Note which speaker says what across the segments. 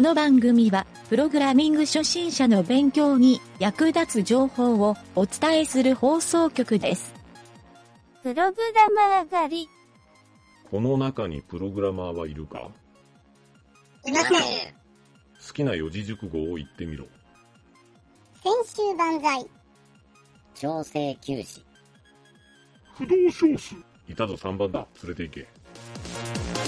Speaker 1: の番組は、プログラミング初心者の勉強に役立つ情報をお伝えする放送局です。
Speaker 2: プログラマー狩り。
Speaker 3: この中にプログラマーはいるか
Speaker 4: いません。先
Speaker 3: 好きな四字熟語を言ってみろ。
Speaker 4: 週万歳。
Speaker 5: 調整休止。
Speaker 3: 不動小数。いたぞ3番だ。連れて行け。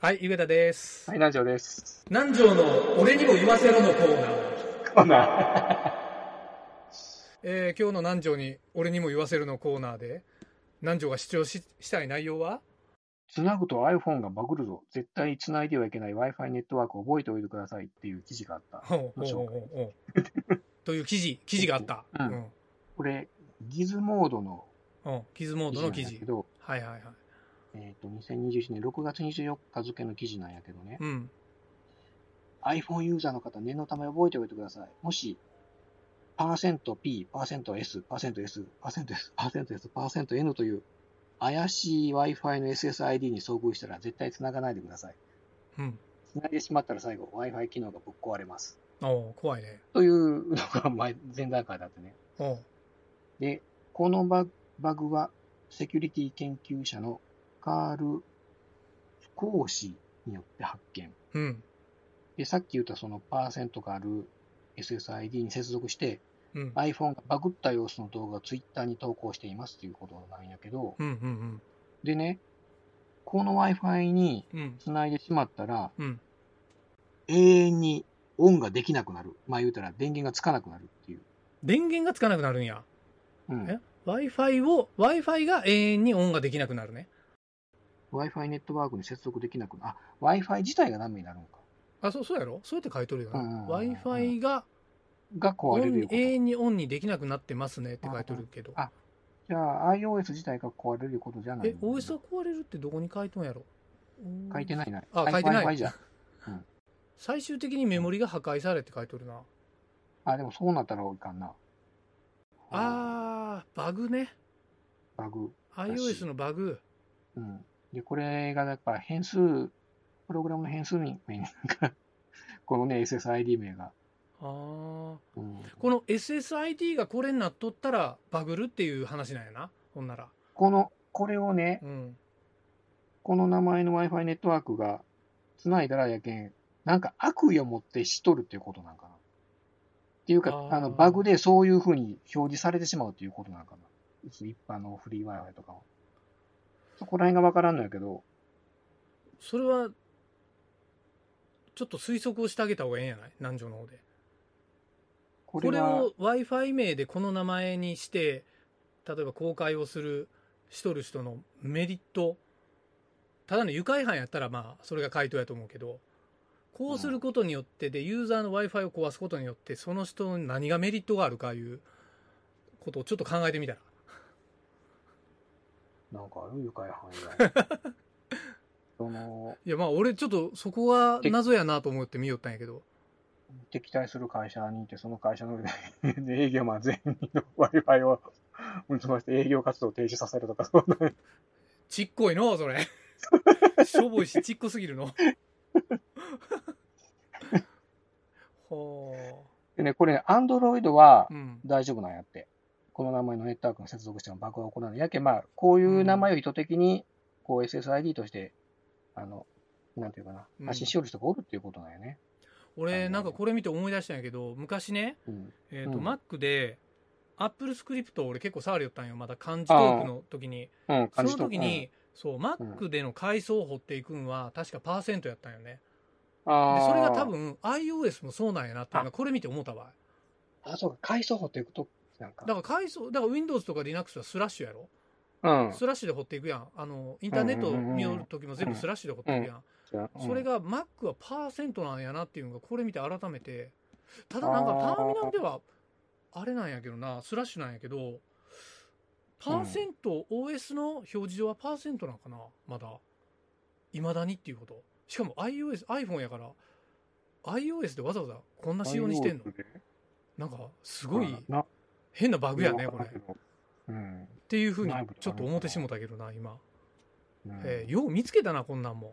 Speaker 6: はい、ゆげたです。
Speaker 7: はい、南 條です。
Speaker 8: 南條の俺にも言わせろのコーナー。
Speaker 7: コーナー。
Speaker 6: えー今日の南條に俺にも言わせるのコーナーで、南條が主張ししたい内容は
Speaker 7: つなぐと iPhone がバグるぞ。絶対につないではいけない Wi-Fi ネットワークを覚えておいてくださいっていう記事があった。
Speaker 6: ほうほうほうほうほうという記事、記事があった。
Speaker 7: うんこれ、ギズモードの
Speaker 6: うん。うん。キズモード
Speaker 7: 記事な
Speaker 6: の
Speaker 7: ん
Speaker 6: 記
Speaker 7: だ
Speaker 6: 事
Speaker 7: け。ど、
Speaker 6: はいはいはい。
Speaker 7: えっ、と、2021年6月24日付の記事なんやけどね、
Speaker 6: うん。
Speaker 7: iPhone ユーザーの方、念のため覚えておいてください。もし、パーセント P、パーセント S、パーセント S、パーセント S、パーセント S、パーセント N という怪しい Wi-Fi の SSID に遭遇したら絶対つながないでください。
Speaker 6: うん。
Speaker 7: つないでしまったら最後、Wi-Fi 機能がぶっ壊れます。
Speaker 6: おう怖いね。
Speaker 7: というのが前前段階だってね。
Speaker 6: おう
Speaker 7: で、このババグは、セキュリティ研究者のカール・フコー氏によって発見。
Speaker 6: うん。
Speaker 7: で、さっき言ったそのパーセントがある SSID に接続して、
Speaker 6: うん。
Speaker 7: iPhone がバグった様子の動画を Twitter に投稿していますということなんやけど、
Speaker 6: うんうん
Speaker 7: でね、この Wi-Fi に
Speaker 6: うん。うん。
Speaker 7: 繋いでしまったら、
Speaker 6: うん。
Speaker 7: 永遠にオンができなくなる。まあ言うたら電源がつかなくなるっていう。
Speaker 6: 電源がつかなくなるんや。
Speaker 7: うん
Speaker 6: え Wi-Fi を、Wi-Fi が永遠にオンができなくなるね。
Speaker 7: Wi-Fi ネットワークに接続できなくなあ、Wi-Fi 自体がダメになるのか。
Speaker 6: あ、そう、そうやろそうやって書いとるよ
Speaker 7: うんうん
Speaker 6: な。
Speaker 7: うんうん
Speaker 6: Wi-Fi が
Speaker 7: が
Speaker 6: オ
Speaker 7: 壊れる
Speaker 6: ン
Speaker 7: よ。
Speaker 6: 永遠にオンにできなくなってますねって書いとるけど。
Speaker 7: あじゃあ、iOS 自体が壊れるいうことじゃない。
Speaker 6: え、OS が壊れるってどこに書いとんやろ
Speaker 7: 書いてないな。
Speaker 6: あ書いてない
Speaker 7: Wi-Fi じゃん。
Speaker 6: 最終的にメモリが破壊されって書いとるな。
Speaker 7: あ、でもそうなったらいかんな。
Speaker 6: あー、バグね。
Speaker 7: バグ。
Speaker 6: iOS のバグ。
Speaker 7: うん。で、これが、だから変数、プログラムの変数名に、 このね、SSID 名が。
Speaker 6: あー。
Speaker 7: うん、
Speaker 6: この SSID がこれになっとったらバグるっていう話なんやな。ほんなら。
Speaker 7: この、これをね
Speaker 6: う、ん。
Speaker 7: この名前の Wi-Fi ネットワークが繋いだらやけん、なんか悪意を持ってしとるっていうことなんかな。っていうか、
Speaker 6: あ
Speaker 7: あ
Speaker 6: ー
Speaker 7: の、バグでそういうふうに表示されてしまうっていうことなんかな。一般のフリー Wi-Fi とかは。そこら辺がわからんのやけど、
Speaker 6: それは、ちょっと推測をしてあげた方がええんやない南條の方で。こ
Speaker 7: これ
Speaker 6: れ
Speaker 7: は、
Speaker 6: を Wi-Fi 名でこの名前にして、例えば公開をする、しとる人のメリット、ただの愉快犯やったら、まあ、それが回答やと思うけど、こうすることによってで、ユーザーの Wi-Fi を壊すことによって、その人に何がメリットがあるかいうことをちょっと考えてみたら。
Speaker 7: なんかある愉快犯以外。 その、
Speaker 6: いや、まあ、俺ちょっとそこは謎やなと思って見よったんやけど、
Speaker 7: 敵対する会社にいて、その会社の営業マン全員の Wi-Fi を盗ませて営業活動を停止させるとか、そんな
Speaker 6: ちっこいのそ れ。しょぼいし、ちっこすぎるの。は
Speaker 7: でね、これね、Android は
Speaker 6: あ。うん。
Speaker 7: 大丈夫なんやって。この名前のネットワークに接続しても爆破が起こらない。やけん、まあ、こういう名前を意図的に、こう SSID として、あの、なんていうかな
Speaker 6: う、ん
Speaker 7: 発信しよる人がおるっていうことなんやね。
Speaker 6: 俺
Speaker 7: あの
Speaker 6: なんかこれ見て思い出したんやけど昔ね、
Speaker 7: うん。
Speaker 6: えーと
Speaker 7: うん
Speaker 6: Mac で AppleScript を俺結構触りよったんよまだ漢字トークの時に
Speaker 7: うん、
Speaker 6: そ
Speaker 7: 感
Speaker 6: の
Speaker 7: じと
Speaker 6: 時に、、そう Mac での階層を掘っていくんは確かパーセントやったんよね
Speaker 7: うんあ
Speaker 6: で
Speaker 7: ー
Speaker 6: それが多。分 iOS もそうなんやなっていうのはこれ見て思ったわ
Speaker 7: あ、そうか、階層法っていくと、なんか。
Speaker 6: だから階層だから Windows とか Linux はスラッシュやろ、
Speaker 7: うん。
Speaker 6: スラッシュで掘っていくやんあのインターネットを見よる時も全部スラッシュで掘っていくやん、それ
Speaker 7: が、
Speaker 6: が Mac はパーセントなんやなっていうのがこれ見て改めてただなんかターミナルではあれなんやけどなスラッシュなんやけどパーセント OS の表示上はパーセントなんかなまだいまだにっていうことしかも iOSiPhone やから iOS でわざわざこんな仕様にしてんの
Speaker 7: あいう
Speaker 6: なんかすごい
Speaker 7: な、
Speaker 6: 変なバグやね、これ。っ
Speaker 7: うん。
Speaker 6: ていうふうに、ちょっと思ってしもたけどな、今。
Speaker 7: うん
Speaker 6: えーよう見つけたな、こんなんも。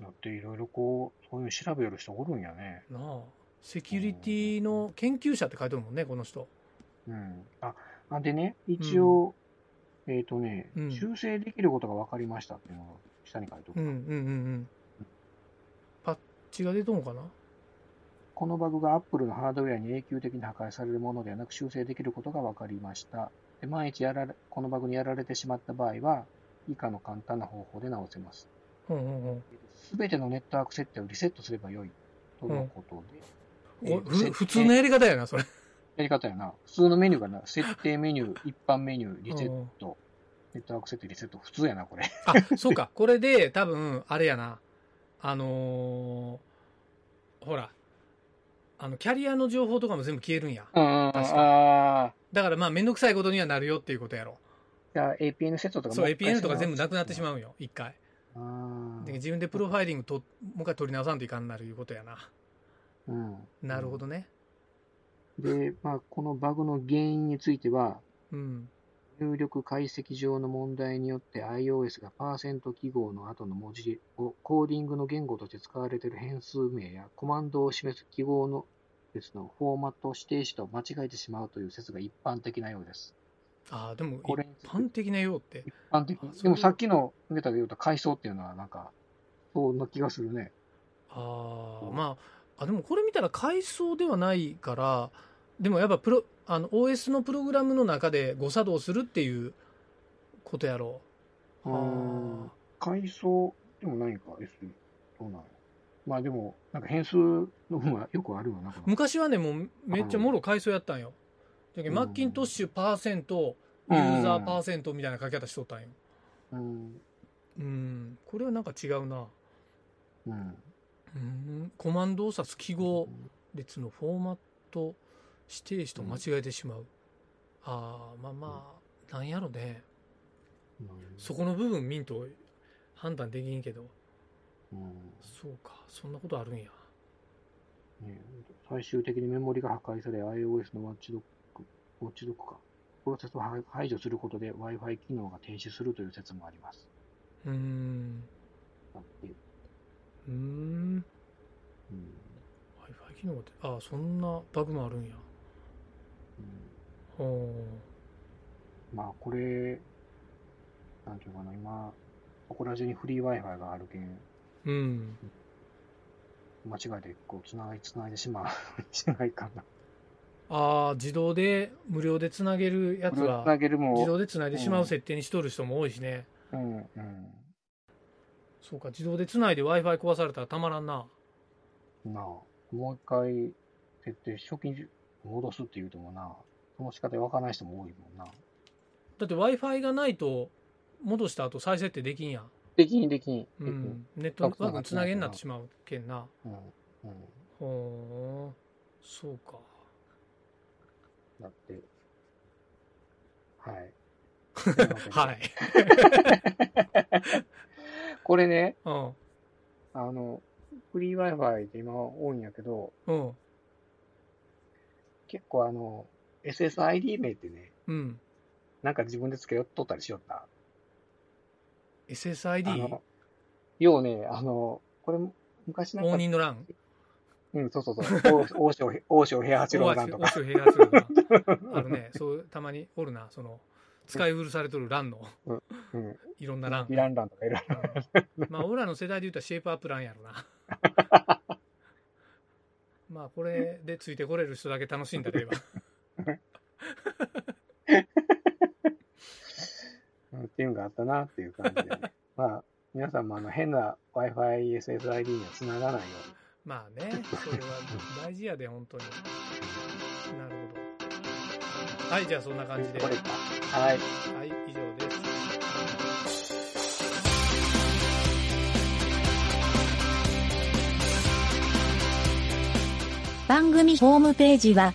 Speaker 7: だっていろいろこう、そういう調べよる人おるんやね。
Speaker 6: なあ。セキュリティの研究者って書いてるもんね、この人。
Speaker 7: うん。あ、なんでね、一応、えっ、とね、
Speaker 6: うん
Speaker 7: 修正できることが分かりましたっていうのを下に書いておく
Speaker 6: うんうんうんうん。パッチが出とんかな
Speaker 7: このバグが Apple のハードウェアに永久的に破壊されるものではなく修正できることが分かりました。で万一やられ、このバグにやられてしまった場合は、以下の簡単な方法で直せます。
Speaker 6: うんうんうん。
Speaker 7: すべてのネットワーク設定をリセットすればよい。とのことで。
Speaker 6: お
Speaker 7: えー設
Speaker 6: ふ
Speaker 7: 定
Speaker 6: 普通のやり方やな、それ。
Speaker 7: やり方やな。普通のメニューがな、設定メニュー、一般メニュー、リセ
Speaker 6: う
Speaker 7: ッ
Speaker 6: んうん
Speaker 7: ト、ネットワーク設定リセット、普通やな、これ。
Speaker 6: あ、そうか。これで、多分、あれやな。あのーほら。あの、キャリアの情報とかも全部消えるんや。
Speaker 7: うん、あ
Speaker 6: 確
Speaker 7: あ。
Speaker 6: だからまあ、めんどくさいことにはなるよっていうことやろ。
Speaker 7: じゃあ APN セットとか
Speaker 6: そう、APN とか全部なくなってし
Speaker 7: う
Speaker 6: まうんよ、一回。
Speaker 7: 一回うん。
Speaker 6: で自分でプロファイリングと、もう一回取り直さんといかんなるいうことやな。
Speaker 7: うん。
Speaker 6: なるほどね。
Speaker 7: で、まあ、このバグの原因については、
Speaker 6: うん。
Speaker 7: 入力解析上の問題によって iOS がパーセント記号の後の文字をコーディングの言語として使われている変数名やコマンドを示す記号の列のフォーマット指定詞と間違えてしまうという説が一般的なようです。
Speaker 6: ああ、でも、一
Speaker 7: これ
Speaker 6: 般的なようって。
Speaker 7: 一般的
Speaker 6: あそれ
Speaker 7: でもさっきのネタで言うと階層っていうのはなんか、そんな気がするね。
Speaker 6: ああ、まあ、あ、でもこれ見たら階層ではないから、でもやっぱプロ、あの、OS のプログラムの中で誤作動するっていうことやろう。
Speaker 7: うーん階層でも何か S、どうなのまあでも、なんか変数の方がよくあるよな。この
Speaker 6: 昔はね、もうめっちゃもろ階層やったんよ。だけど
Speaker 7: うん
Speaker 6: マッキントッシュパーセント、ユーザーパーセントみたいな書き方しとったんよ。
Speaker 7: うん。
Speaker 6: うん、これはなんか違うな。
Speaker 7: うん。
Speaker 6: うん、コマンドを指す記号列のフォーマット指定詞と間違えてしまう。ああ、まあまあ、なんやろね。
Speaker 7: うん
Speaker 6: そこの部分見んと判断できんけど。
Speaker 7: うん
Speaker 6: そうか、そんなことあるんや。
Speaker 7: ね最終的にメモリが破壊され iOS のワッチドック、ウォッチドックか、プロセスを排排除することで Wi-Fi 機能が停止するという説もあります。
Speaker 6: うーん。
Speaker 7: だって
Speaker 6: うーん。
Speaker 7: うん
Speaker 6: Wi-Fi 機能って、ああ、そんなバグもあるんや。
Speaker 7: うん
Speaker 6: ほ
Speaker 7: まあこれ、なんていうかな、今、ここら中にフリー Wi-Fi があるけん、
Speaker 6: う。うん。
Speaker 7: 間違えてこうつないつないでしまう しないかな。
Speaker 6: ああ、自動で無料でつなげるやつ
Speaker 7: これをつ
Speaker 6: は
Speaker 7: な、げる
Speaker 6: 自
Speaker 7: も、
Speaker 6: 動でつないでしまう設定にしとる人も多いしね。
Speaker 7: うん、うん。
Speaker 6: そうか、自動でつないで Wi-Fi 壊されたらたまらんな。
Speaker 7: なあ、もう一回、設定、初期に戻すって言うてもな、その仕方わからない人も多いもんな。
Speaker 6: だって Wi-Fi がないと、戻した後再設定できんやん。
Speaker 7: できん、できん。
Speaker 6: う
Speaker 7: できん
Speaker 6: ん。ネットワークにつなげんなってしまうけんな。
Speaker 7: うん。うん。
Speaker 6: ほう。そうか。
Speaker 7: だって。はい。
Speaker 6: はい。
Speaker 7: これね、
Speaker 6: うん。
Speaker 7: あの、フリー Wi-Fi って今多いんやけど、
Speaker 6: うん。
Speaker 7: 結構あの、SSID 名ってね、
Speaker 6: うん。
Speaker 7: なんか自分で付けよっとったりしよった。あ
Speaker 6: SSID?
Speaker 7: の、ようね、あの、これ、昔なん
Speaker 6: 応
Speaker 7: か、
Speaker 6: 仁の乱
Speaker 7: うん、そうそうそう、お王 将、王将平八
Speaker 6: 大
Speaker 7: 郎さ
Speaker 6: 橋
Speaker 7: んと
Speaker 6: 大
Speaker 7: か、
Speaker 6: 橋平八郎があるね。そう、たまにおるな。その、使い古されとる乱の、
Speaker 7: うん、
Speaker 6: いろんな乱。
Speaker 7: イランランとかいろい
Speaker 6: うんまあ、俺らの世代で言うとシェイプアップランやろな。 まあ、これでついてこれる人だけ楽しんだれば。
Speaker 7: ろ、うんっていうのがあったなっていう感じで、ね、まあ、皆さんもあの、変な Wi-Fi SSID には繋がないように。
Speaker 6: まあね、それは大事やで、本当に。なるほど。はい、じゃあそんな感じで。
Speaker 7: こ
Speaker 6: はい
Speaker 7: れ、か。はい。
Speaker 6: 以上です。
Speaker 1: 番組ホームページは